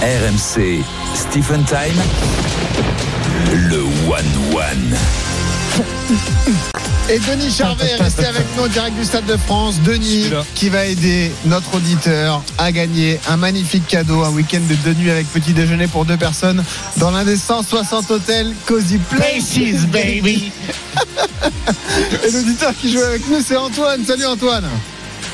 RMC, Stephen Time, le One One. Et Denis Charvet est resté avec nous en direct du Stade de France. Denis qui va aider notre auditeur à gagner un magnifique cadeau, un week-end de deux nuits avec petit déjeuner pour deux personnes dans l'un des 160 hôtels Cozy Places, baby. Et l'auditeur qui joue avec nous, c'est Antoine. Salut Antoine.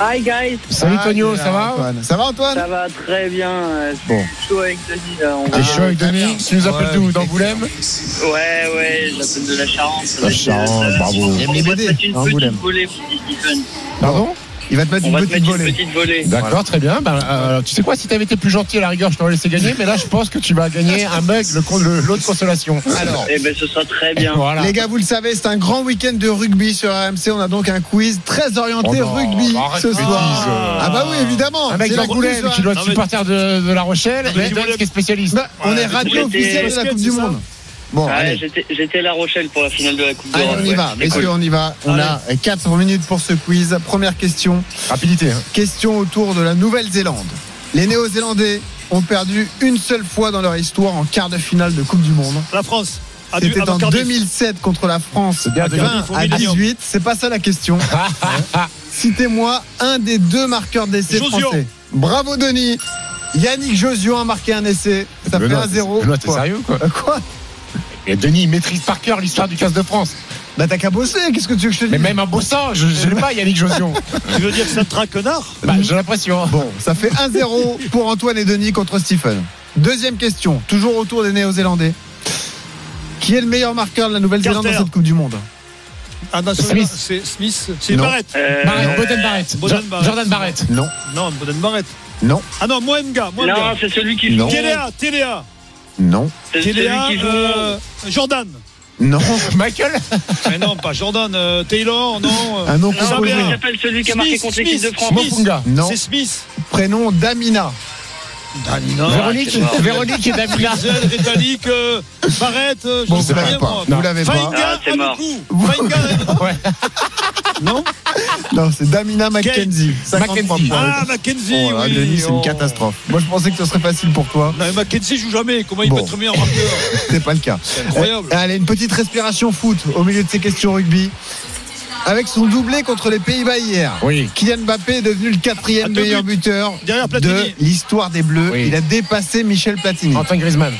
Hi guys, Salut Ah, Tonio, il est là, ça va Antoine. Ça va Antoine ça va très bien. euh, Je suis Bon. chaud avec Denis là. On va... T'es chaud avec Ah, Denis merde. Tu nous appelles Ouais, d'où oui, D'Angoulême Ouais, ouais, j'appelle de la Charente. La Charente, bravo. J'aime les euh, On va BD, te mettre une Angoulême. petite volée, petit Stephen. Pardon Il va te mettre On une va te petite mettre une volée. petite volée. D'accord, très bien. Ben, euh, alors, tu sais quoi, si t'avais été plus gentil à la rigueur, je t'aurais laissé gagner, mais là, je pense que tu vas gagner un mug, le con- le- l'autre consolation. Alors, Eh ben, ce sera très bien. Voilà. Les gars, vous le savez, c'est un grand week-end de rugby sur RMC. On a donc un quiz très orienté Oh non, rugby bah, arrête ce les soir. bêtises. Ah bah oui, évidemment. Un mec C'est la hein. d'Angoulême Coupe du qui doit être Non, mais- supporter de, de La Rochelle, mais et tu Dolan voulais- qui est spécialiste. Bah, on est radio j'étais- officiel de la Coupe du c'est ça Monde. Bon, Ah, Ouais, allez. j'étais- J'étais à La Rochelle pour la finale de la Coupe Allez, d'Europe. on y ouais. va, C'est messieurs, cool. on y va. On a 4 minutes pour ce quiz. Première question. Rapidité. hein. Question autour de la Nouvelle-Zélande. Les Néo-Zélandais ont perdu une seule fois dans leur histoire en quart de finale de Coupe du Monde. La France. a dû- C'était avant en Ah, Cardiff. 2007 contre la France, bien, 20 Cardiff, au à Millennium. 18. C'est pas ça la question. Citez-moi un des deux marqueurs d'essai Josio. français. Bravo Denis. Yannick Josio a marqué un essai. Ça fait Benoît, 1-0. Benoît, t'es Quoi sérieux, quoi Euh, Quoi Et Denis, il maîtrise par cœur l'histoire du 15 de France. Bah t'as qu'à bosser. Qu'est-ce que tu veux que je te Mais dise même un bossant, je je l'ai pas, Yannick Josion. Tu veux dire que ça te traquenard Bah, j'ai l'impression. Bon, ça fait 1-0 pour Antoine et Denis contre Stephen. Deuxième question, toujours autour des Néo-Zélandais. Qui est le meilleur marqueur de la Nouvelle-Zélande dans Carter. cette Coupe du Monde Un national, Smith. c'est Ah bah, Smith. C'est Non. Barrett. Euh, Barrett, Boden Barrett. Boden Jo- Barrett. Jordan Barrett. Non, Non, Boden Barrett. non, Ah non, Moenga. Non, Moenga. c'est celui qui Non. joue. Téléa, Téléa. non, C'est celui Téléa, qui joue. euh, Jordan. non. Michael Mais non, pas Jordan. euh, Taylor, non. euh, Un nom Non, comment Sabrina. il s'appelle celui qui a marqué Smith, contre l'équipe de Smith, France Smith. Mofunga. Non, C'est Smith. prénom d'Amina. Danina. Véronique, Oh, c'est pas- Véronique et Damien. Gisèle, Rétalic, euh, Barrett. euh, je Bon, sais vous l'avez rien, pas, moi. vous l'avez pas. Ah, Fainga, c'est mort. Alukou. Fainga, Ouais. non Non, c'est Damina McKenzie. 53 McKenzie. points. Ah, Mackenzie. Oh là, oui, Denis, c'est oh. une catastrophe. Moi, je pensais que ce serait facile pour toi. Non, mais Mackenzie joue jamais. Comment il Bon. peut être meilleur marqueur C'est pas le cas. C'est incroyable. Euh, Allez, une petite respiration foot au milieu de ces questions rugby. Avec son doublé contre les Pays-Bas hier. Oui. Kylian Mbappé est devenu le quatrième À Ah, deux meilleur buts. buteur Derrière de Platini. l'histoire des Bleus. Oui. Il a dépassé Michel Platini. Antoine Griezmann.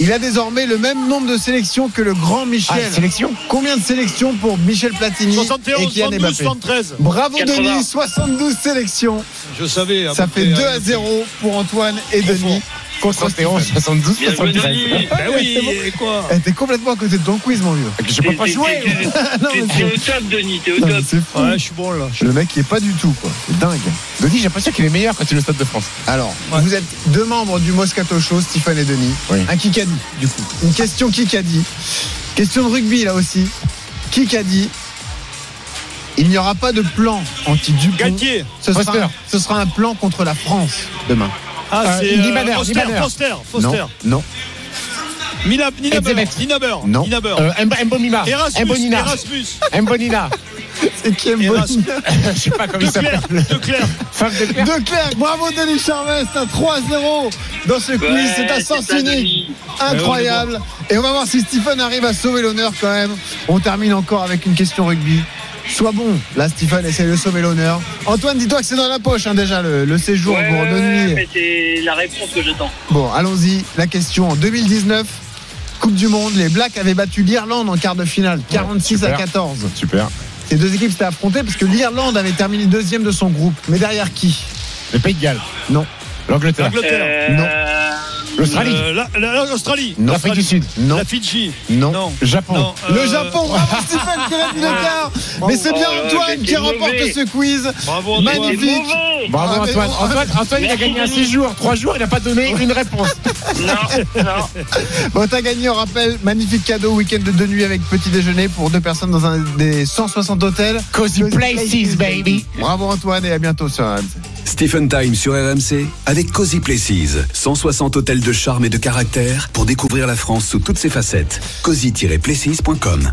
Il a désormais le même nombre de sélections que le grand Michel. Ah, sélection Combien de sélections pour Michel Platini et 71, Kylian 72, Mbappé 73. Bravo 80. Denis, 72 sélections. Je savais. à Ça peu fait près, 2 hein. à 0 pour Antoine et Denis contre 71, Stéphane. 72, Bien joué, 73. Denis. Ben oui, et quoi Eh, T'es complètement à côté de ton quiz, mon vieux. Je peux pas T'es- jouer. t'es- Non, t'es- mais T'es au top, Denis, t'es au c'est- non, mais top. c'est fou. Ouais, je suis bon là. Le mec, il est pas du tout, quoi. C'est dingue. Denis, j'ai l'impression qu'il est meilleur quand il est au Stade de France. Alors, Ouais. vous êtes deux membres du Moscato Show, Stéphane et Denis. Oui. Un Kikadi, du coup. Une question Kikadi. Question de rugby, là aussi. Kikadi. Il n'y aura pas de plan anti-Dupont. Galtier. Ce sera, Foster. ce sera un plan contre la France demain. Ah, Euh, c'est. Nibader, Foster, Nibader. Foster, Foster. Non, Mina- Nina Beur, Edzemet. Nina Beur, Non. Nina Beur. Euh, Mb- Mbomima. Erasmus, Mbonina. Erasmus, Mbonina. non. C'est qui aime Et Bonina Rasmus. Je sais pas comment il De s'appelle. Clerc, De Clerc. Femme de Clerc. De Clerc, bravo Denis Charvet, c'est un 3-0 dans ce quiz, Ouais, c'est un c'est sens ça, unique. Denis. Incroyable. Et on va voir si Stephen arrive à sauver l'honneur quand même. On termine encore avec une question rugby. Sois bon. Là, Stephen essaie de sauver l'honneur. Antoine, dis-toi que c'est dans la poche hein, déjà le, le séjour Ouais, pour ouais, deux ouais, nuits. mais c'est la réponse que j'attends. Bon, allons-y. La question en 2019, Coupe du Monde, les Blacks avaient battu l'Irlande en quart de finale, 46 à super. 14. Super. Ces deux équipes s'étaient affrontées parce que l'Irlande avait terminé deuxième de son groupe. Mais derrière qui Le Pays de Galles. Non. L'Angleterre. L'Angleterre. Euh, L'Australie. Euh, la- la- L'Australie. Non. L'Afrique du Sud. Non, La Fidji. non. Non. Japon. Non, Le euh, Japon, bravo Stephen qui l'a mis le quart. Mais c'est bien Oh là là, Antoine j'étais qui remporte mauvais. ce quiz. Bravo, Antoine. Magnifique. C'est mauvais. Bravo Ah, mais Antoine. on- Antoine, Antoine, il a Merci, gagné un Denis. 6 jours. 3 jours, il n'a pas donné une réponse. Non, non. Bon, t'as gagné, on rappelle, magnifique cadeau, week-end de deux nuits avec petit déjeuner pour deux personnes dans un des 160 hôtels. Cozy places, baby. Bravo Antoine et à bientôt sur RMC. Stephen Time sur RMC avec Cozy Places. 160 hôtels de charme et de caractère pour découvrir la France sous toutes ses facettes. Cozy-places.com